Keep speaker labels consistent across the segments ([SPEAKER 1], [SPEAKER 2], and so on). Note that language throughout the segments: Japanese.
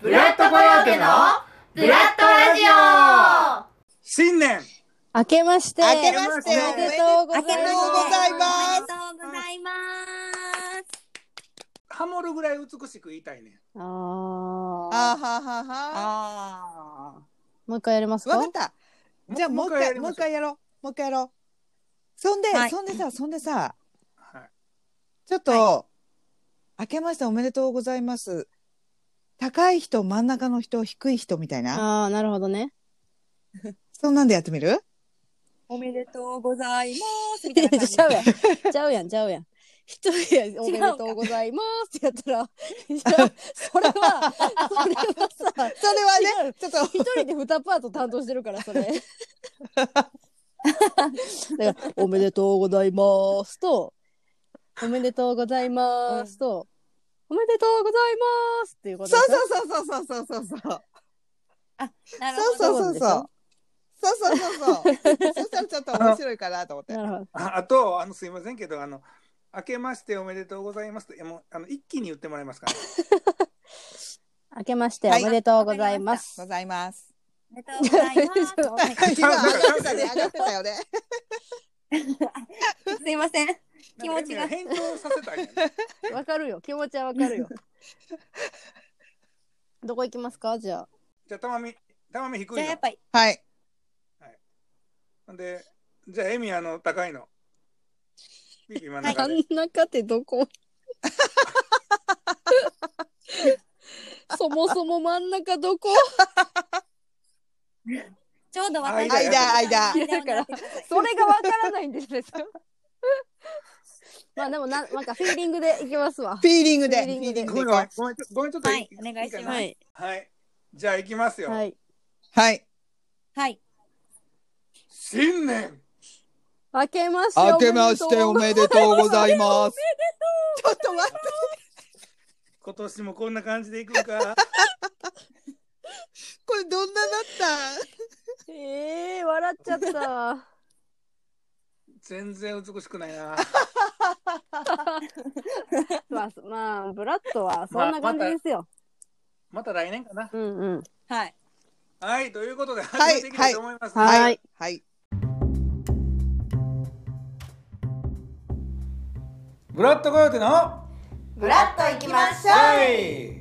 [SPEAKER 1] トコヨーテのブラッドラジオ
[SPEAKER 2] 新年
[SPEAKER 3] 明けまして。
[SPEAKER 4] 明けまして
[SPEAKER 3] おめでとうございます。
[SPEAKER 4] おめでとうございます
[SPEAKER 1] おめでとうございます。
[SPEAKER 2] ハモるぐらい美しく言いたいね。
[SPEAKER 4] あ
[SPEAKER 3] あ
[SPEAKER 4] ーはーはーは
[SPEAKER 1] ああ。
[SPEAKER 3] ーもう一回やります
[SPEAKER 4] ー。わか
[SPEAKER 3] か
[SPEAKER 4] った。じゃあもう一回もう一回やろう。もう一回やろう。そんで、
[SPEAKER 1] はい
[SPEAKER 4] そんでさそんでさ
[SPEAKER 2] はい。
[SPEAKER 4] ちょっと、明けましておめでとうございます。高い人真ん中の人低い人みたいな
[SPEAKER 3] ああ、なるほどね。
[SPEAKER 4] そんなんでやってみる？
[SPEAKER 1] おめでとうございます。み
[SPEAKER 3] ち
[SPEAKER 1] たいな感じ
[SPEAKER 3] ゃうやん。ちゃうやん、ちゃうやん。一人でおめでとうございますってやったら、いやそれは、それはさ、
[SPEAKER 4] それはねちょっと
[SPEAKER 3] 一人で二パート担当してるから、 それ。だから、おめでとうございますと、おめでとうございますと、おめでとうございますっていうこと
[SPEAKER 4] そ
[SPEAKER 3] で
[SPEAKER 4] う
[SPEAKER 3] しょ
[SPEAKER 4] そうそうそうそうそうそう。
[SPEAKER 1] なる
[SPEAKER 4] そう
[SPEAKER 1] ほど。
[SPEAKER 4] そうそうそう。そうそうそうそう。そしたらちょっと面白いかなと思って。
[SPEAKER 3] なるほど。
[SPEAKER 2] あ あと、あのすいませんけど、あの、明けましておめでとうございますって、いやもうあの一気に言ってもらえますか、ね、
[SPEAKER 3] 明けましてお
[SPEAKER 4] はい
[SPEAKER 3] めでとうございます。
[SPEAKER 4] ございます。
[SPEAKER 1] おめでとうございます。
[SPEAKER 4] 今上がってたね上がってたよね。
[SPEAKER 1] すいません。 気持ちが
[SPEAKER 2] なんか変な変更させ たい、ね。
[SPEAKER 3] わかるよ。気持ちはわかるよ。 どこ行きますかじゃあ。
[SPEAKER 2] じゃあ、たまみ、たまみ低いの。
[SPEAKER 1] じゃあやっぱり、
[SPEAKER 4] はい。
[SPEAKER 2] ほんで、じゃあ、エミあの高いの。ピーピー真ん
[SPEAKER 3] 真
[SPEAKER 2] 中で。
[SPEAKER 3] ん中ってど こそもそも真ん中どこ
[SPEAKER 1] ちょうど私
[SPEAKER 2] 間
[SPEAKER 4] 間
[SPEAKER 1] だから。
[SPEAKER 3] それがわからないんですよ。まあでもな、なんかフィーリングで行きますわ。
[SPEAKER 4] フィーリングで。
[SPEAKER 3] フィーリングで
[SPEAKER 2] ごめん、ごめん、ごめん、ちょごめんちょっと。
[SPEAKER 1] はいお願いします
[SPEAKER 2] かな
[SPEAKER 3] はい。
[SPEAKER 2] はい。じゃあ、行きますよ。
[SPEAKER 3] はい。
[SPEAKER 4] はい。
[SPEAKER 1] はい。
[SPEAKER 2] 新年
[SPEAKER 3] 明けまして
[SPEAKER 4] 明けましてお
[SPEAKER 3] おめ
[SPEAKER 4] めでとうございます。ちょっと待って。
[SPEAKER 2] 今年もこんな感じでいくんか。
[SPEAKER 4] これどんなだっ
[SPEAKER 3] でとう。ええー、笑っちゃった。
[SPEAKER 2] 全然美しくないな。
[SPEAKER 3] まあ、 まあ、ブラッドはそんな感じですよ。
[SPEAKER 2] また来年かな。
[SPEAKER 3] うんうん。
[SPEAKER 1] はい。
[SPEAKER 2] はい、ということで、始めていきたいと思います。
[SPEAKER 4] た
[SPEAKER 3] はい
[SPEAKER 4] はい。
[SPEAKER 2] ブラッドコヨーテの
[SPEAKER 1] ブラッと行きまし
[SPEAKER 2] はい。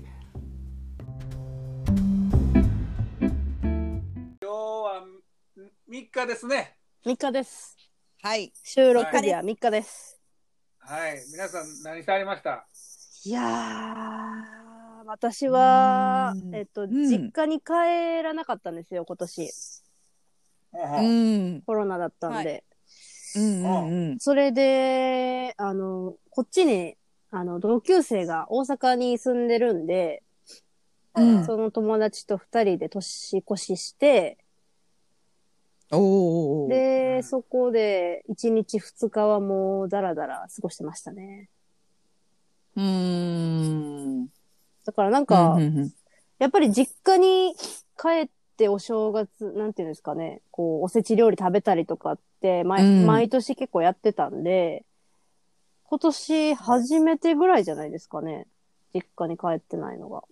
[SPEAKER 2] 今日は三日ですね。
[SPEAKER 3] 3日です。
[SPEAKER 4] はい。
[SPEAKER 3] 収録日は3日です。
[SPEAKER 2] はい、皆さん何してありました。
[SPEAKER 3] いやー、私は
[SPEAKER 4] う、ん
[SPEAKER 3] えっと、
[SPEAKER 4] ん
[SPEAKER 3] 実家に帰らなかったんですよ、今年。
[SPEAKER 4] う
[SPEAKER 2] うん
[SPEAKER 4] ん。
[SPEAKER 3] コロナだったんで。
[SPEAKER 4] うんうんうん。
[SPEAKER 3] それで、あの、こっちに、あの、同級生が大阪に住んでるんで、
[SPEAKER 4] うん
[SPEAKER 3] その友達と二人で年越しして、
[SPEAKER 4] おお。
[SPEAKER 3] で、そこで一日二日はもうダラダラ過ごしてましたね。
[SPEAKER 4] うん。
[SPEAKER 3] だからなんか、やっぱり実家に帰ってお正月、なんていうんですかね、こう、おせち料理食べたりとかって、毎,、
[SPEAKER 4] うん
[SPEAKER 3] 毎年結構やってたんで、今年初めてぐらいじゃないですかね。実家に帰ってないのが。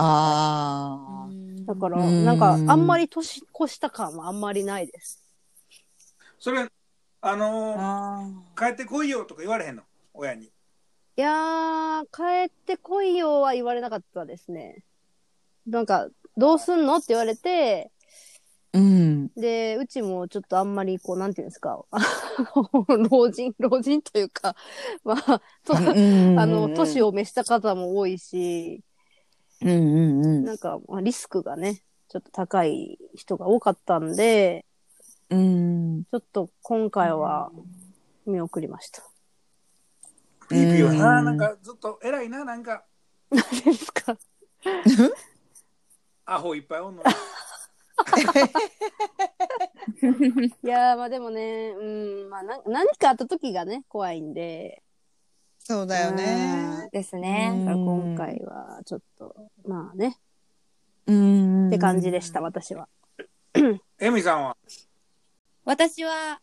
[SPEAKER 4] ああ。
[SPEAKER 3] だから、
[SPEAKER 4] うん
[SPEAKER 3] なんか、あんまり年越した感はあんまりないです。
[SPEAKER 2] それ、あの
[SPEAKER 4] あ
[SPEAKER 2] ー帰ってこいよとか言われへんの、親に。
[SPEAKER 3] いやー、帰ってこいよは言われなかったですね。なんか、どうすんのって言われて、
[SPEAKER 4] うん。
[SPEAKER 3] で、うちもちょっとあんまり、こう、なんていうんですか、 あの老人、老人というか、 まあ、とあの、年
[SPEAKER 4] を。
[SPEAKER 3] を召した方も多いし、
[SPEAKER 4] うんうんうん。
[SPEAKER 3] なんか、まあリスクがね、ちょっと高い人が多かったんで、
[SPEAKER 4] うん。
[SPEAKER 3] ちょっと今回は見送りました。
[SPEAKER 2] ピーピーはな、
[SPEAKER 4] うん
[SPEAKER 2] なんかずっと偉いな、なんか。
[SPEAKER 3] 何ですか
[SPEAKER 2] アホいっぱいおんの。
[SPEAKER 3] いやー、まあでもね、うん、まあな何かあった時がね、怖いんで。
[SPEAKER 4] そうだよね。
[SPEAKER 1] ですね。
[SPEAKER 3] だから
[SPEAKER 4] うん
[SPEAKER 3] 今回はちょっと、まあね、
[SPEAKER 4] うん。
[SPEAKER 3] って感じでした、。私は。
[SPEAKER 2] エミさんは。
[SPEAKER 1] 私は、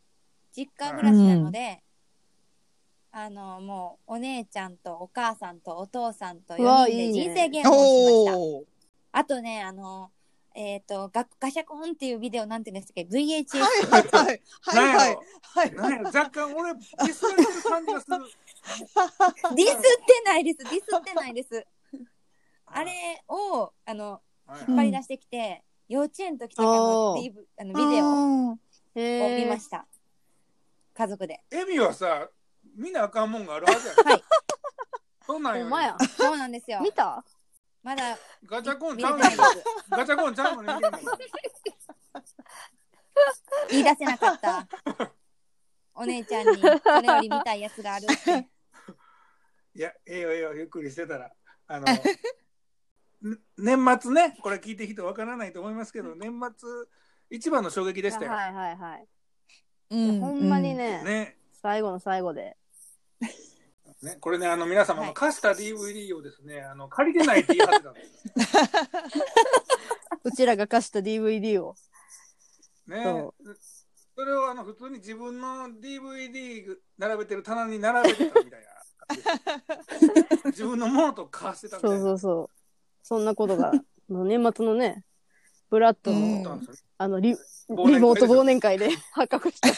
[SPEAKER 1] 実家暮らしなので、あの、もう、お姉ちゃんとお母さんとお父さんと
[SPEAKER 3] うわ
[SPEAKER 1] 4人で
[SPEAKER 3] いいね
[SPEAKER 1] 人生ゲームをしました。
[SPEAKER 4] おお。
[SPEAKER 1] あとね、あの、えっ、とガ、ガシャコンっていうビデオなんて言うんですか VHS、
[SPEAKER 4] はいはいはいはい
[SPEAKER 2] なんやろ
[SPEAKER 4] はい
[SPEAKER 2] なんやろ若干俺ディスられてる感じがす る
[SPEAKER 1] ディスってないです、ディスってないです。あれを、あの、
[SPEAKER 2] はい
[SPEAKER 1] 引っ張り出してきて、幼稚園の時とかの
[SPEAKER 3] あー
[SPEAKER 1] DV あのビデオ
[SPEAKER 4] オ
[SPEAKER 1] を見
[SPEAKER 3] え
[SPEAKER 1] ました。家族で。
[SPEAKER 2] エミはさ見なあかんもんがあるはずやん、
[SPEAKER 1] はい
[SPEAKER 2] そんなんよ
[SPEAKER 3] ほんまや。
[SPEAKER 1] そうなんですよ
[SPEAKER 3] 見。た
[SPEAKER 1] まだ
[SPEAKER 2] ガチャコン
[SPEAKER 1] 見
[SPEAKER 2] ち
[SPEAKER 1] れ
[SPEAKER 2] ゃうね
[SPEAKER 1] てない
[SPEAKER 2] ん
[SPEAKER 1] です。
[SPEAKER 2] ガチャコンちゃうのに見てんねん
[SPEAKER 1] 言い出せなかった。お姉ちゃんにそれより見たいやつがあるって。
[SPEAKER 2] いや、ええよええよ、ゆっくりしてたら。あの、 ん年末ね、これ聞いてきてわからないと思いますけど、年末一番の衝撃でしたよ。
[SPEAKER 3] はいはいはい。
[SPEAKER 4] う
[SPEAKER 3] ほんまにね、
[SPEAKER 2] ね
[SPEAKER 3] 最後の最後で。
[SPEAKER 2] ね、これね、あの皆様、
[SPEAKER 1] はい
[SPEAKER 2] 貸した DVD をですね、あの借りてないって言い張ってたんですよ。
[SPEAKER 3] うちらが貸した DVD を。
[SPEAKER 2] ね
[SPEAKER 3] そ
[SPEAKER 2] それをあの普通に自分の DVD 並べてる棚に並べてたみたいな。 自分のものと貸してたみたい
[SPEAKER 3] そう
[SPEAKER 2] な。
[SPEAKER 3] そうそう。そんなこと が、もう年末のね、ブラッド
[SPEAKER 4] う
[SPEAKER 3] の、
[SPEAKER 4] ん
[SPEAKER 2] そうなんですよね
[SPEAKER 3] あのリ、リ
[SPEAKER 2] 忘年会
[SPEAKER 3] モート忘年 会で発覚した。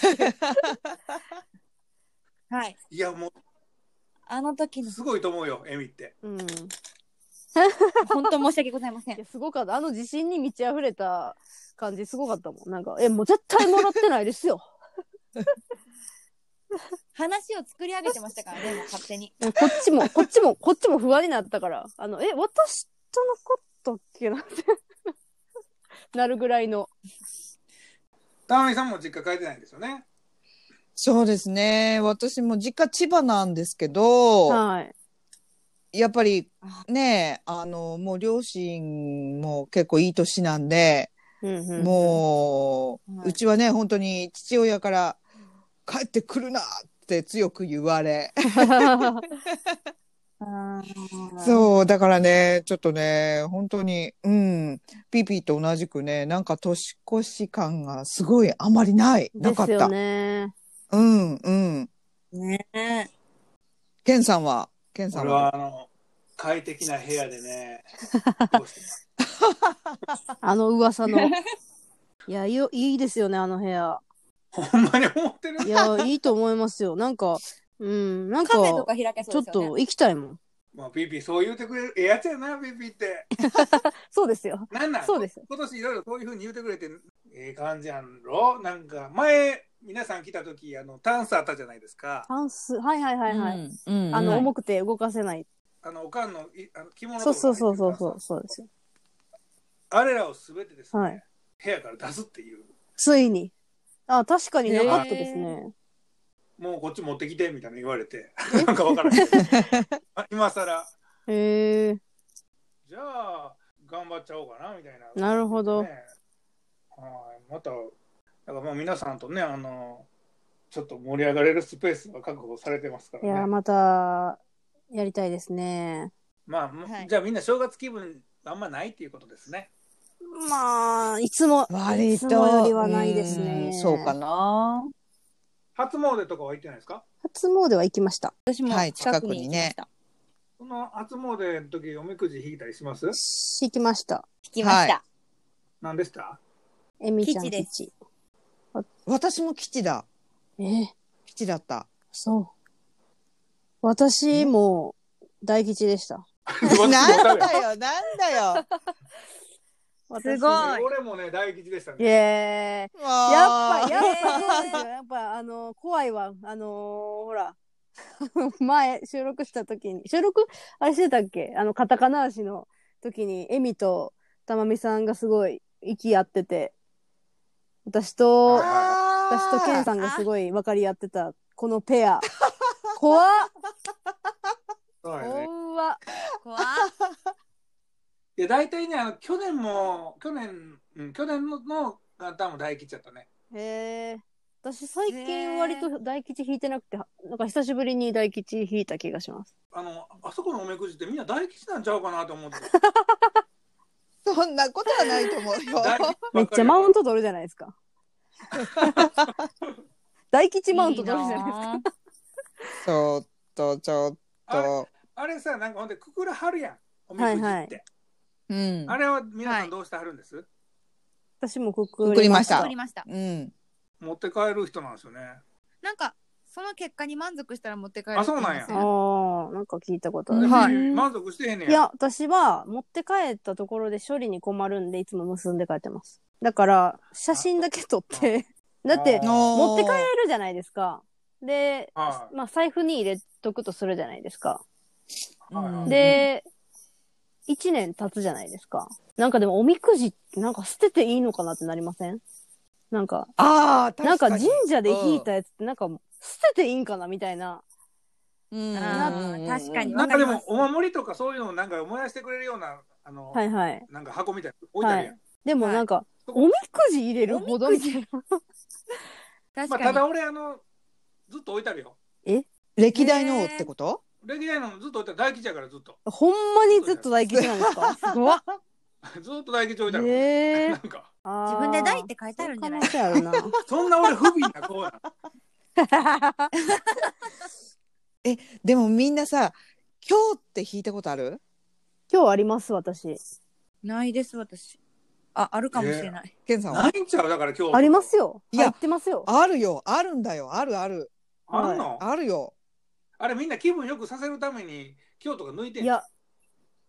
[SPEAKER 1] はい。
[SPEAKER 2] いや、も
[SPEAKER 1] あの時
[SPEAKER 2] う
[SPEAKER 1] の
[SPEAKER 2] すごいと思うよ、エミって。
[SPEAKER 3] うん。い
[SPEAKER 1] 本当申し訳ございません。
[SPEAKER 3] や、すごかった。あの自信に満ち溢れた感じ、すごかったもん。なんか、え、もう絶対もらってないです よ。
[SPEAKER 1] 話を作り上げてましたからね、もう勝手に。
[SPEAKER 3] もうこっち も、こっちも、こっちも不安になったから、あの、え、私となかったっけな って。なるぐらいの。
[SPEAKER 2] 田上さんも実家帰ってないんですよね。
[SPEAKER 4] そうですね。私も実家千葉なんですけど、
[SPEAKER 3] はい。
[SPEAKER 4] やっぱりね、あの、もう両親も結構いい年なんで、
[SPEAKER 3] うんうん、
[SPEAKER 4] もう、
[SPEAKER 1] はいう
[SPEAKER 4] ちはね、本当に父親から帰ってくるなって強く言われ。 そう、だからね、ちょっとね、本当に、うん、ピーピーと同じくね、なんか年越し感がすごいあまりない。な
[SPEAKER 3] で
[SPEAKER 4] かっ
[SPEAKER 3] す
[SPEAKER 4] た。
[SPEAKER 3] よね。
[SPEAKER 4] うん、うん。
[SPEAKER 1] ね
[SPEAKER 4] ケンさんは、ケンさん
[SPEAKER 2] 俺
[SPEAKER 4] は。
[SPEAKER 2] はあの快適な部屋でね
[SPEAKER 3] あの噂 の。いや、いいよいいですよね、あの部屋。
[SPEAKER 2] ほんまに思ってる
[SPEAKER 3] いや、いいと思いますよ。なんか、うん、なんか、
[SPEAKER 1] カフェとか開け
[SPEAKER 3] ちょ
[SPEAKER 1] そう
[SPEAKER 3] っ
[SPEAKER 1] ですよね。
[SPEAKER 3] と行きたいもん。
[SPEAKER 2] まあピーピーそう言うてくれるええやつやなピーピーって
[SPEAKER 3] そうですよ。
[SPEAKER 2] なんなん
[SPEAKER 3] そうです
[SPEAKER 2] 今年いろいろそういうふうに言うてくれてええ感じやんろなんか前皆さん来た時あのタンスあったじゃないですか
[SPEAKER 3] タンス、はいはいはいはい。
[SPEAKER 4] うんうん
[SPEAKER 3] あの、
[SPEAKER 4] うん
[SPEAKER 3] 重くて動かせない。
[SPEAKER 2] あのおかんのいあの着物と
[SPEAKER 3] そ
[SPEAKER 2] か
[SPEAKER 3] うそうそうそうそ
[SPEAKER 2] 入ってるタンス
[SPEAKER 3] う、そうですよ。
[SPEAKER 2] あれらをすべてですね、
[SPEAKER 3] はい
[SPEAKER 2] 部屋から出すっていう
[SPEAKER 3] ついに。あ、確かになかったですね。
[SPEAKER 2] もうこっち持ってきてみたいな言われてなんかわから ない今更
[SPEAKER 3] へえ。
[SPEAKER 2] じゃあ頑張っちゃおうかなみたいな、
[SPEAKER 3] なるほど
[SPEAKER 2] ねはいまただからまあ皆さんとねあのちょっと盛り上がれるスペースが確保されてますか
[SPEAKER 3] いや
[SPEAKER 2] ら
[SPEAKER 3] ー、
[SPEAKER 2] ね
[SPEAKER 3] また、やりたいですね。
[SPEAKER 2] まあ、も
[SPEAKER 1] はい
[SPEAKER 2] じゃあみんな正月気分あんまないっていうことですね
[SPEAKER 3] まあ、いつも、
[SPEAKER 4] 割と。
[SPEAKER 3] いつもよりはないですね
[SPEAKER 4] うんそうかな。
[SPEAKER 2] 初詣とかは行ってないですか
[SPEAKER 3] 初詣は行きました。
[SPEAKER 1] 私も
[SPEAKER 4] はい
[SPEAKER 1] 近くに
[SPEAKER 4] 近くにね
[SPEAKER 2] その初詣の時おみくじ引いたりします
[SPEAKER 3] 行きました。
[SPEAKER 1] 聞きました。
[SPEAKER 4] は
[SPEAKER 2] 何でした
[SPEAKER 3] えみちゃん
[SPEAKER 1] 吉です
[SPEAKER 3] 吉。
[SPEAKER 4] 私も基地だ。
[SPEAKER 3] えー
[SPEAKER 4] 基地だった。
[SPEAKER 3] そう。私も大吉でした。
[SPEAKER 4] な んだよ、 なんだよ。
[SPEAKER 1] すごい
[SPEAKER 2] 俺もね大吉でした
[SPEAKER 3] い
[SPEAKER 2] ね
[SPEAKER 3] え
[SPEAKER 4] やっ
[SPEAKER 3] ー、やっぱ、
[SPEAKER 1] ー
[SPEAKER 3] やっぱそうですよ。やっぱ、あの、怖いわ。あのーほら。前、収録した時に、収録あれしてたっけあの、カタカナ足の時に、エミとたまみさんがすごい息合ってて、私と、私とケンさんがすごい分かり合ってた、このペア。怖っ
[SPEAKER 2] そうやね
[SPEAKER 3] 怖っ
[SPEAKER 1] 怖っ
[SPEAKER 2] いや大体ねあの去年も去年、うん、去年のの元旦も大吉だったね
[SPEAKER 3] へえ。私最近割と大吉引いてなくて、なんか久しぶりに大吉引いた気がします。
[SPEAKER 2] あの、あそこのおみくじってみんな大吉なんちゃうかなと思って。
[SPEAKER 4] そんなことはないと思うよ。
[SPEAKER 2] 大吉ばっかり
[SPEAKER 3] めっちゃマウント取るじゃないですか。大吉マウント取るじゃないで
[SPEAKER 1] いいな
[SPEAKER 3] すか。
[SPEAKER 4] ちょっと、ちょっ
[SPEAKER 2] あれ
[SPEAKER 4] と。
[SPEAKER 2] あれさ、なんかほんでくくらはるやん。おみくじって。
[SPEAKER 3] はいはい
[SPEAKER 4] うん。
[SPEAKER 2] あれは皆さ
[SPEAKER 1] はい
[SPEAKER 2] んどうしてはるんです、
[SPEAKER 3] 私もく
[SPEAKER 4] く
[SPEAKER 3] く
[SPEAKER 4] り
[SPEAKER 3] り
[SPEAKER 4] ま
[SPEAKER 3] ま
[SPEAKER 4] し
[SPEAKER 3] したた。
[SPEAKER 1] わかりました。
[SPEAKER 4] うん。
[SPEAKER 2] 持って帰る人なんですよね。
[SPEAKER 1] なんか、その結果に満足したら持って帰る。
[SPEAKER 2] あそうなんや
[SPEAKER 1] す
[SPEAKER 3] あ
[SPEAKER 1] ね
[SPEAKER 3] あ、なんか聞いたことある。
[SPEAKER 1] はい
[SPEAKER 2] うん満足してへんね
[SPEAKER 3] いや、私は持って帰ったところで処理に困るんで、いつも結んで帰ってます。だから、写真だけ撮って、だって
[SPEAKER 2] あ、
[SPEAKER 3] 持
[SPEAKER 4] 持
[SPEAKER 3] って帰れるじゃないですか。で、
[SPEAKER 2] はい
[SPEAKER 3] まあ、財布に入れとくとするじゃないですか。
[SPEAKER 2] うん
[SPEAKER 3] で、1年経つじゃないですか。なんかでも、おみくじってなんか捨てていいのかなってなりませんなんか、
[SPEAKER 4] ああ、
[SPEAKER 3] なんか
[SPEAKER 4] 確
[SPEAKER 3] 神
[SPEAKER 4] に
[SPEAKER 3] 社で引いたやつってなんか、捨てていいんかなみたいな。
[SPEAKER 4] うん
[SPEAKER 1] あ
[SPEAKER 3] ー
[SPEAKER 4] うん
[SPEAKER 1] 確かに
[SPEAKER 2] なんかでも
[SPEAKER 1] わかります
[SPEAKER 2] お守りとかそういうのをなんか燃やしてくれるようなあの、
[SPEAKER 3] はいはい。
[SPEAKER 2] なんか箱みたいなの置いてあるやん。
[SPEAKER 3] でもなんか、おみくじ入れるほどみたいな。
[SPEAKER 1] 確
[SPEAKER 2] まあ
[SPEAKER 1] か
[SPEAKER 2] た
[SPEAKER 1] に。
[SPEAKER 2] だ俺あのずっと置いてあるよ。
[SPEAKER 4] 歴代の王ってこと
[SPEAKER 2] 歴代のずっと置いてある大吉やからずっと
[SPEAKER 3] ほんまにずっと大吉なんです かすごい。
[SPEAKER 2] ずっと大吉置いてある。
[SPEAKER 3] え
[SPEAKER 2] なんか
[SPEAKER 1] 自分で大って書いてあるんじゃない
[SPEAKER 3] そう可能性あるな。
[SPEAKER 2] そんな俺不憫な子やん。
[SPEAKER 4] でもみんなさ、今日って引いたことある
[SPEAKER 3] 今日あります、私。
[SPEAKER 1] ないです、私。あ、あるかもしれない。
[SPEAKER 4] ケンさんは
[SPEAKER 2] ないんちゃうだから今日。
[SPEAKER 3] ありますよ。
[SPEAKER 4] い
[SPEAKER 3] い
[SPEAKER 4] や
[SPEAKER 3] や、入ってますよ。
[SPEAKER 4] あるよ、あるんだよ、あるある、
[SPEAKER 2] あるのあ
[SPEAKER 4] あるよ。
[SPEAKER 2] れみんな気分よくさせるために今日とか抜いてん
[SPEAKER 3] い
[SPEAKER 2] の
[SPEAKER 3] や、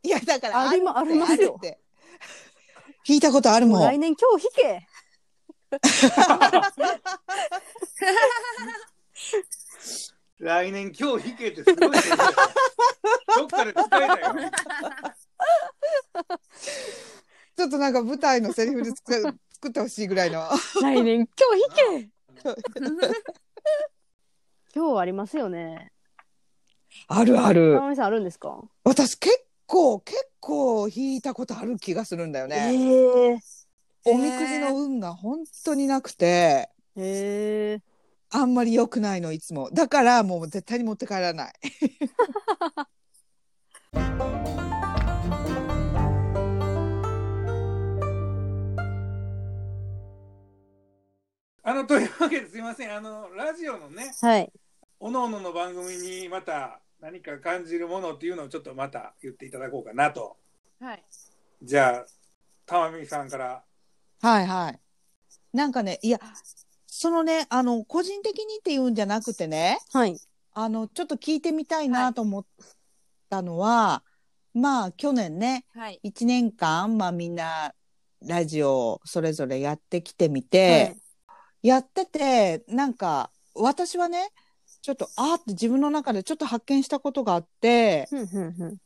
[SPEAKER 4] いや、だから
[SPEAKER 3] ありま
[SPEAKER 4] るって
[SPEAKER 3] ありますよ
[SPEAKER 4] るって引いたことある
[SPEAKER 3] もう
[SPEAKER 4] も
[SPEAKER 3] 来
[SPEAKER 4] ん。
[SPEAKER 3] 年今日引け。
[SPEAKER 2] 来年今日引けってすごいね。 どっかで使えたよ。
[SPEAKER 4] ちょっとなんか舞台のセリフで作 作ってほしいぐらいの。
[SPEAKER 3] 来年今日引け。 今日ありますよね。
[SPEAKER 4] あるある
[SPEAKER 3] 田。上さんあるんですか
[SPEAKER 4] 私結構、結構引いたことある気がするんだよね。
[SPEAKER 3] え
[SPEAKER 4] おみくじの運が本当になくて、
[SPEAKER 3] えへえ
[SPEAKER 4] あんまり良くないの、いつも。だからもう絶対に持って帰らない。
[SPEAKER 2] あのというわけですいませんあのラジオのね
[SPEAKER 3] はい。
[SPEAKER 2] おのおのの番組にまた何か感じるものっていうのをちょっとまた言っていただこうかなと
[SPEAKER 1] はい。
[SPEAKER 2] じゃあ玉美さんから
[SPEAKER 4] はいはい。なんかね、いや、そのね、あの、個人的にっていうんじゃなくてね、
[SPEAKER 3] はい。
[SPEAKER 4] あの、ちょっと聞いてみたいなと思ったのは、まあ、去年ね、
[SPEAKER 1] はい。
[SPEAKER 4] 1年間、まあみんな、ラジオそれぞれやってきてみて、やってて、なんか、私はね、ちょっと、あーって自分の中でちょっと発見したことがあって、
[SPEAKER 3] ふんふんふん。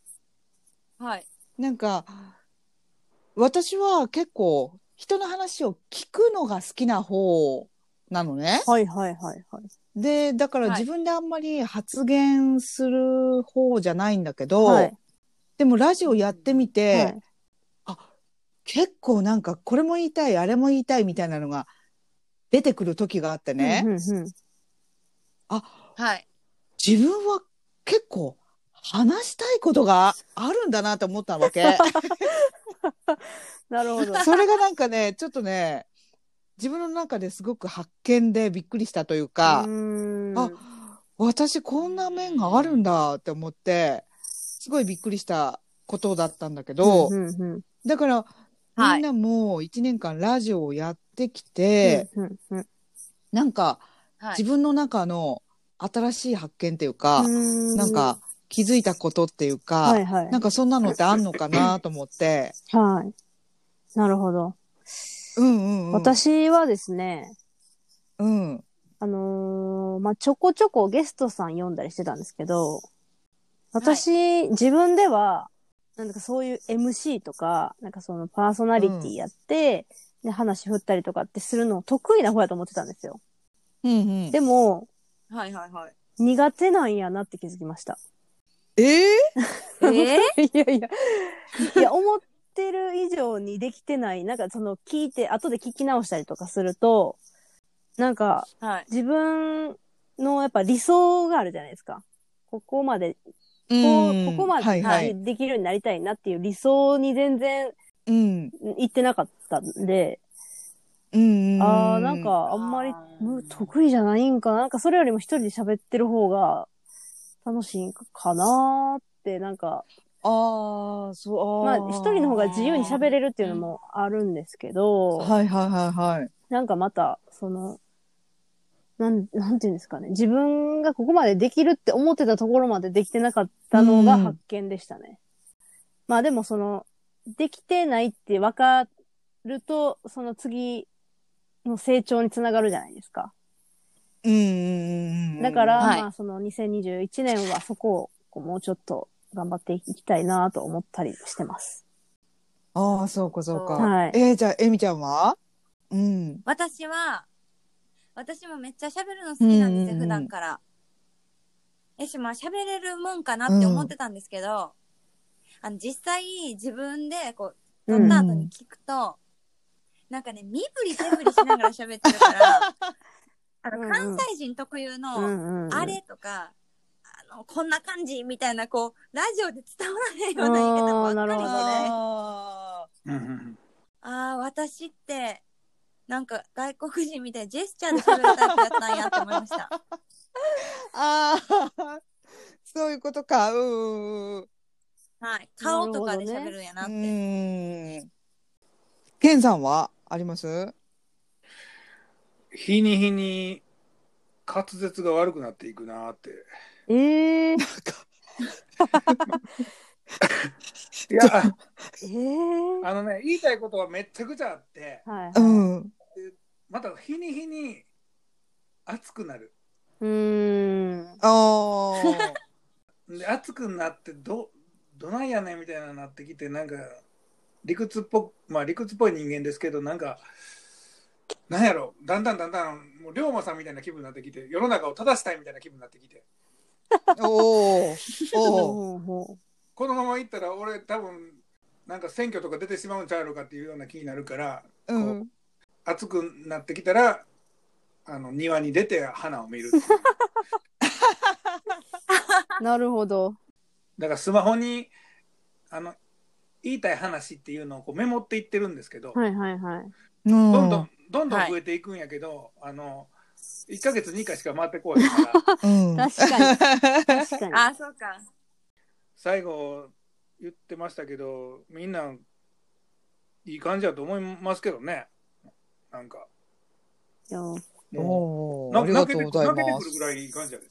[SPEAKER 1] はい。
[SPEAKER 4] なんか、私は結構、人の話を聞くのが好きな方なのね。
[SPEAKER 3] はいはいはいはい。
[SPEAKER 4] で、だから
[SPEAKER 1] はい
[SPEAKER 4] 自分であんまり発言する方じゃないんだけど、
[SPEAKER 3] はい。
[SPEAKER 4] でもラジオやってみて、
[SPEAKER 3] はい
[SPEAKER 4] 結構なんかこれも言いたい、あれも言いたいみたいなのが出てくる時があってね、
[SPEAKER 3] ふんふんふん
[SPEAKER 4] あ、
[SPEAKER 1] はい。
[SPEAKER 4] 自分は結構話したいことがあるんだなと思った わけ。
[SPEAKER 3] なるほど。
[SPEAKER 4] それがなんかね、ちょっとね、自分の中ですごく発見でびっくりしたというか
[SPEAKER 3] う、ーん
[SPEAKER 4] あ私こんな面があるんだって思って、すごいびっくりしたことだったんだけど、
[SPEAKER 3] ふんふんふん
[SPEAKER 4] だから、
[SPEAKER 1] はい
[SPEAKER 4] みんなもう一年間ラジオをやってきて、
[SPEAKER 3] ふんふん
[SPEAKER 4] なんか
[SPEAKER 1] は
[SPEAKER 4] 自
[SPEAKER 1] い。
[SPEAKER 4] 分の中の新しい発見っていうか、
[SPEAKER 3] ふん
[SPEAKER 4] なんか気づいたことっていうか、
[SPEAKER 3] はいはい。
[SPEAKER 4] なんかそんなのってあんのかなと思って、
[SPEAKER 3] はい。なるほど。
[SPEAKER 4] うんうん、うん、、
[SPEAKER 3] 私はですね、
[SPEAKER 4] うん、
[SPEAKER 3] あのーまあ、ちょこちょこゲストさん読んだりしてたんですけど、私、自分では、なんだかそういう MC とか、なんかそのパーソナリティやって、で話振ったりとかってするの得意な方やと思ってたんですよ。
[SPEAKER 4] うんうん、
[SPEAKER 3] でも、
[SPEAKER 1] はいはいはい。
[SPEAKER 3] 苦手なんやなって気づきました。
[SPEAKER 4] えー、
[SPEAKER 1] ええ
[SPEAKER 3] いやいや、いや、思ってる以上にできてない。なんかその聞いて、後で聞き直したりとかすると、なんか、
[SPEAKER 1] はい。
[SPEAKER 3] 自分のやっぱ理想があるじゃないですか。ここまで、こうここま
[SPEAKER 4] はいはい、
[SPEAKER 3] でできるようになりたいなっていう理想に全然
[SPEAKER 4] うん、
[SPEAKER 3] 行ってなかったんで、
[SPEAKER 4] うん、うん、
[SPEAKER 3] ああ、なん、かあんまりむ得意じゃないんかな。なんかそれよりも一人で喋ってる方が楽しいんかなーって、なんか
[SPEAKER 4] ああ、そう。
[SPEAKER 3] まあ、一人の方が自由に喋れるっていうのもあるんですけど、
[SPEAKER 4] はいはいはいはい。
[SPEAKER 3] なんかまた、その、なん、なんていうんですかね。自分がここまでできるって思ってたところまでできてなかったのが
[SPEAKER 4] うん
[SPEAKER 3] 発見でしたね。まあでもその、できてないって分かると、その次の成長につながるじゃないですか。
[SPEAKER 4] うんうんうんうん。
[SPEAKER 3] だから、
[SPEAKER 1] はい
[SPEAKER 3] まあその2021年はそこをこうもうちょっと頑張っていきたいなと思ったりしてます。
[SPEAKER 4] ああ、そうかそうか。
[SPEAKER 3] はい
[SPEAKER 4] えー、じゃあ、えみちゃんはうん。
[SPEAKER 1] 私は、私もめっちゃ喋るの好きなんです
[SPEAKER 4] うんうんう
[SPEAKER 1] よ、
[SPEAKER 4] ん
[SPEAKER 1] 普段から。えし、まあ喋れるもんかなって思ってたんですけど、あの、実際自分でこう、
[SPEAKER 3] う
[SPEAKER 1] 撮っ
[SPEAKER 3] ん
[SPEAKER 1] た後に聞くと、なんかね、身振り手振りしながら喋ってる から、あ
[SPEAKER 3] うん
[SPEAKER 1] の、
[SPEAKER 3] うん
[SPEAKER 1] 関西人特有の、
[SPEAKER 3] うんうん
[SPEAKER 1] あれとか、あの、こんな感じみたいな、こう、ラジオで伝わらないような言い方ばっかり
[SPEAKER 3] あーなるほ
[SPEAKER 1] して
[SPEAKER 3] どね
[SPEAKER 4] あ
[SPEAKER 2] うんうん
[SPEAKER 1] ああ、私って、なんか外国人みたいにジェスチャーで喋るタイプだったんやって思いました。
[SPEAKER 4] ーあー、そういうことか。うんうんうん。
[SPEAKER 1] はい。顔とかで喋るんやなっ
[SPEAKER 4] う
[SPEAKER 1] て。
[SPEAKER 4] ん。ケンさんはあります
[SPEAKER 2] 日に日に滑舌が悪くなっていくなーって。
[SPEAKER 3] ええ
[SPEAKER 2] いや、あ
[SPEAKER 3] ええ
[SPEAKER 2] あのね、言いたいことはめっちゃくちゃあって、
[SPEAKER 3] はい。
[SPEAKER 4] うん。
[SPEAKER 2] また日に日に熱くなる。
[SPEAKER 3] うーん。
[SPEAKER 4] あ
[SPEAKER 2] で、熱くなって、ど、どないやねんみたいなのになってきて、なんか、理屈っぽく、まあ理屈っぽい人間ですけど、なんか、なんやろ、だんだんだんだん、もう龍馬さんみたいな気分になってきて、世の中を正したいみたいな気分になってきて。
[SPEAKER 4] あ。おお。お
[SPEAKER 3] ほ
[SPEAKER 4] お。
[SPEAKER 3] うほうほ
[SPEAKER 2] このままいったら俺多分なんか選挙とか出てしまうんちゃうのかっていうような気になるから
[SPEAKER 4] うん。
[SPEAKER 2] 暑くなってきたらあの庭に出て花を見る っていう
[SPEAKER 3] うなるほど。
[SPEAKER 2] だからスマホにあの言いたい話っていうのをこうメモっていってるんですけど、
[SPEAKER 3] はいはいはい。
[SPEAKER 4] ど
[SPEAKER 2] ど
[SPEAKER 4] ん
[SPEAKER 2] んどん。どんどん増えていくんやけど、あの1か月2回しか回ってこないから
[SPEAKER 4] うん。
[SPEAKER 3] 確 かに。確かに。
[SPEAKER 1] ああ、そうか。
[SPEAKER 2] 最後言ってましたけどみんないい感じだと思いますけどねなんか
[SPEAKER 3] いや
[SPEAKER 2] も
[SPEAKER 4] お
[SPEAKER 2] う
[SPEAKER 4] お。
[SPEAKER 2] な
[SPEAKER 4] ありがとうござい
[SPEAKER 2] 泣け
[SPEAKER 4] ま
[SPEAKER 2] てくるぐ
[SPEAKER 4] す。
[SPEAKER 2] らいいい感じやで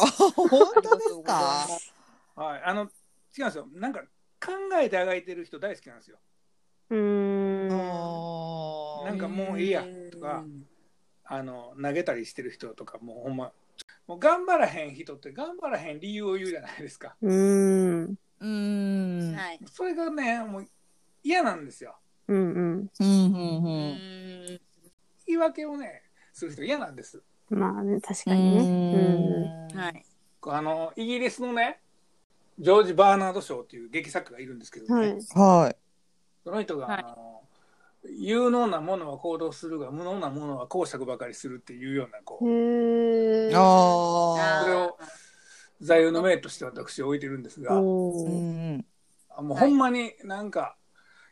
[SPEAKER 4] あ、本当ですか。
[SPEAKER 2] はい、あの違うんですよ。なんか考えてあがいてる人大好きなんですよ。
[SPEAKER 3] うーん。
[SPEAKER 4] あ
[SPEAKER 2] なんかもういいやとかあの投げたりしてる人とかもうほんまもう頑張らへん人って頑張らへん理由を言うじゃないですか。
[SPEAKER 3] うーん。
[SPEAKER 4] うーん。
[SPEAKER 1] はい。
[SPEAKER 2] それがねもう嫌なんですよ。
[SPEAKER 3] うんうん。
[SPEAKER 4] うん
[SPEAKER 1] うん
[SPEAKER 4] うんう。
[SPEAKER 1] ーん。
[SPEAKER 2] 言い訳をねする人嫌なんです。
[SPEAKER 3] まあね、確かにね。うん
[SPEAKER 4] うーん
[SPEAKER 1] はい。
[SPEAKER 2] あのイギリスのねジョージ・バーナード・ショーっていう劇作家がいるんですけどね、
[SPEAKER 3] はい。
[SPEAKER 4] はい。
[SPEAKER 2] その人が、
[SPEAKER 1] はい
[SPEAKER 2] あの有能なものは行動するが無能なものは講釈ばかりするっていうようなこう
[SPEAKER 3] へえ。
[SPEAKER 4] あ
[SPEAKER 2] そ
[SPEAKER 4] あ。
[SPEAKER 2] れを座右の銘として私置いてるんですが。
[SPEAKER 3] お
[SPEAKER 4] う
[SPEAKER 3] ー
[SPEAKER 4] ん
[SPEAKER 2] あもう
[SPEAKER 1] は
[SPEAKER 2] ほ
[SPEAKER 1] い
[SPEAKER 2] んまになんか、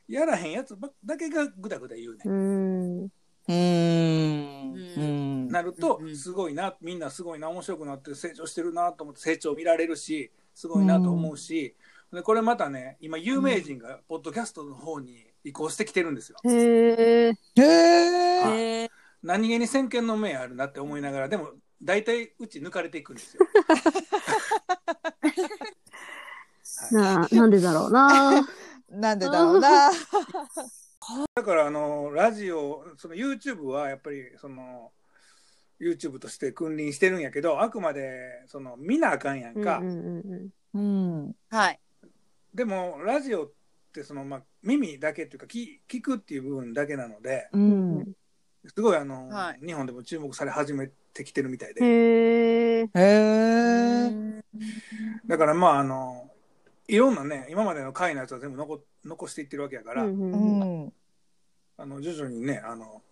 [SPEAKER 2] やらへんやつばっだけがぐだぐだ言うね
[SPEAKER 3] う、ん。
[SPEAKER 4] うん。うーん。
[SPEAKER 2] なると
[SPEAKER 1] うんうん
[SPEAKER 2] すごいなみんなすごいな面白くなって成長してるなと思って成長見られるしすごいなと思うし、でこれまたね今有名人がポッドキャストの方に移行してきてるんですよ。
[SPEAKER 3] へえ。
[SPEAKER 4] へ
[SPEAKER 2] あ
[SPEAKER 4] え。
[SPEAKER 1] えー、
[SPEAKER 2] 何気に先見の明あるなって思いながらでも大体うち抜かれていくんですよ。
[SPEAKER 3] な、なんでだろうな。
[SPEAKER 4] なんでだろうな。
[SPEAKER 2] だからあのラジオその YouTube はやっぱりその YouTube として君臨してるんやけどあくまでその見なあかんやんか。
[SPEAKER 3] うんうんうん
[SPEAKER 4] うん。
[SPEAKER 1] はい。
[SPEAKER 2] でもラジオってその、まあ、耳だけっていうか聞聞くっていう部分だけなので
[SPEAKER 4] う
[SPEAKER 3] うんん。
[SPEAKER 2] すごいあの、
[SPEAKER 1] はい
[SPEAKER 2] 日本でも注目され始めてきてるみたいで
[SPEAKER 3] へえ。
[SPEAKER 4] へえ。
[SPEAKER 2] だからまああのいろんなね今までの回のやつは全部残残していってるわけやか
[SPEAKER 3] う
[SPEAKER 2] ら、
[SPEAKER 3] ん
[SPEAKER 4] う
[SPEAKER 3] うんうん。
[SPEAKER 4] ん。
[SPEAKER 2] あの徐々にねあの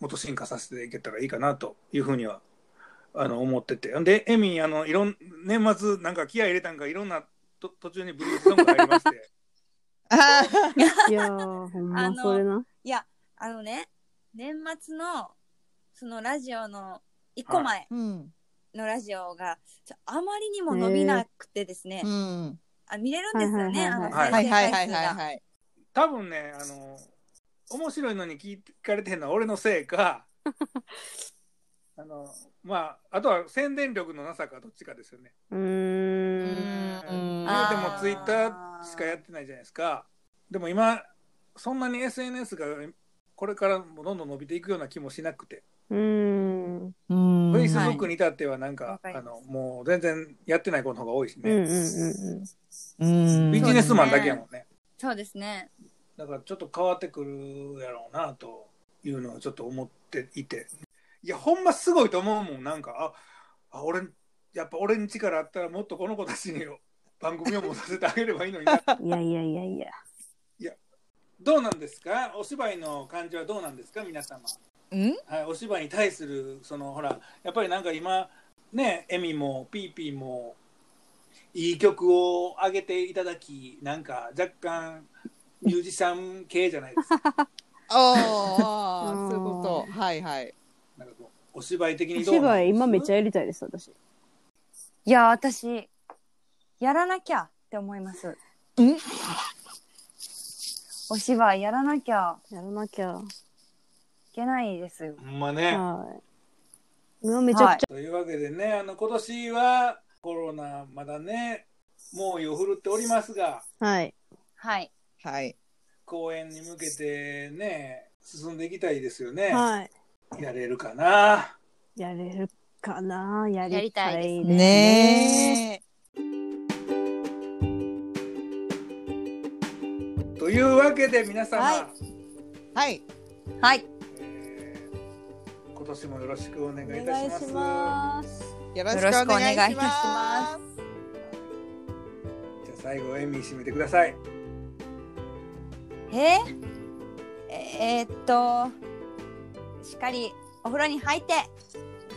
[SPEAKER 2] もっと進化させていけたらいいかなというふうにはあの思っててでエミあのいろん年末なんか気合い入れたんかいろんなと途中にブルースソングが入りまして
[SPEAKER 4] あ
[SPEAKER 3] いやー、ほん
[SPEAKER 1] あ
[SPEAKER 3] ま
[SPEAKER 1] の
[SPEAKER 3] それな。
[SPEAKER 1] いや、あのね、年末の、そのラジオの、一個前
[SPEAKER 4] うん。
[SPEAKER 1] のラジオが、ちょあまりにも伸びなくてですね、
[SPEAKER 4] うん。
[SPEAKER 1] あ見れるんですよね。あの
[SPEAKER 2] はい
[SPEAKER 1] 再
[SPEAKER 4] はい
[SPEAKER 1] 生
[SPEAKER 4] はい
[SPEAKER 1] 回
[SPEAKER 4] はい
[SPEAKER 1] 数
[SPEAKER 4] はい
[SPEAKER 1] が。
[SPEAKER 4] はい。
[SPEAKER 2] 多分ねあの面白いのに聞かれてへんのは俺のせい かあのまああとは宣伝力のなさかどっちかですよね。
[SPEAKER 3] うーん。
[SPEAKER 4] うん
[SPEAKER 2] 言うても
[SPEAKER 1] あー
[SPEAKER 2] ツイッターしかやってないじゃないですか。でも今そんなに SNS がこれからもどんどん伸びていくような気もしなくて、
[SPEAKER 3] うーん。
[SPEAKER 4] うん
[SPEAKER 2] Facebook に至ってはなん
[SPEAKER 1] わ
[SPEAKER 2] か、
[SPEAKER 1] かり
[SPEAKER 2] あ
[SPEAKER 1] ます
[SPEAKER 2] のもう全然やってない子の方が多いし
[SPEAKER 3] うんう
[SPEAKER 2] ね、
[SPEAKER 3] んうん
[SPEAKER 4] うん
[SPEAKER 2] ビジネスマンだけやもんね。
[SPEAKER 1] そうですね。
[SPEAKER 2] だからちょっと変わってくるやろうなというのをちょっと思っていていやほんますごいと思うもんなんかああ俺やっぱ俺に力あったらもっとこの子たちに番組を持たせてあげればいいのにな
[SPEAKER 3] うん。いやいやいやいや。
[SPEAKER 2] どうなんですかお芝居の感じはどうなんですか皆様、
[SPEAKER 4] うん
[SPEAKER 2] はい、お芝居に対するそのほらやっぱりなんか今ねエミもピーピーもいい曲を上げていただきなんか若干ミュージシャン系じゃないですか
[SPEAKER 4] ああ
[SPEAKER 3] うん
[SPEAKER 4] そういうことはいはい
[SPEAKER 2] なんかこうお芝居的
[SPEAKER 3] お
[SPEAKER 2] にどう
[SPEAKER 3] 芝居今めっちゃ
[SPEAKER 2] ゃ
[SPEAKER 3] やりたいです、私。
[SPEAKER 1] いや、私、やらなきゃって思います。
[SPEAKER 4] うん
[SPEAKER 1] お芝居やらなきゃ
[SPEAKER 3] やらなきゃ。
[SPEAKER 1] いけないですよ。
[SPEAKER 2] ほんまね、
[SPEAKER 3] はい。今めちゃくち
[SPEAKER 2] というわけでねあの今年はコロナまだね猛威を振るっておりますが
[SPEAKER 3] ゃ。はい。
[SPEAKER 1] はい。
[SPEAKER 4] はい
[SPEAKER 2] 公演に向けてね進んでいきたいですよね、
[SPEAKER 3] はい。
[SPEAKER 2] やれるかな
[SPEAKER 3] やれるかなや
[SPEAKER 1] やり
[SPEAKER 3] り
[SPEAKER 1] た
[SPEAKER 3] た
[SPEAKER 1] い
[SPEAKER 3] い
[SPEAKER 1] で
[SPEAKER 3] ですす
[SPEAKER 1] ね
[SPEAKER 3] ね。
[SPEAKER 4] ねえ
[SPEAKER 2] というわけで皆様、
[SPEAKER 4] はいはい
[SPEAKER 1] はい。
[SPEAKER 2] えー今年もよろしくお願いい
[SPEAKER 3] お
[SPEAKER 2] たし
[SPEAKER 3] 願い
[SPEAKER 2] ます
[SPEAKER 3] します。
[SPEAKER 4] よろしく
[SPEAKER 1] よ
[SPEAKER 4] お
[SPEAKER 1] ろしくお願
[SPEAKER 4] 願
[SPEAKER 1] い
[SPEAKER 4] い
[SPEAKER 1] いたし
[SPEAKER 4] し
[SPEAKER 1] ま
[SPEAKER 4] ます
[SPEAKER 2] じゃあ最後エミ締めてください
[SPEAKER 1] えーえーっと、しっかりお風呂に入って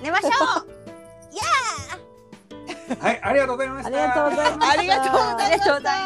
[SPEAKER 1] 寝ましょう
[SPEAKER 2] はいありがとうございました
[SPEAKER 3] ありがとうございます
[SPEAKER 4] ありがとうございました
[SPEAKER 1] ありがとうござい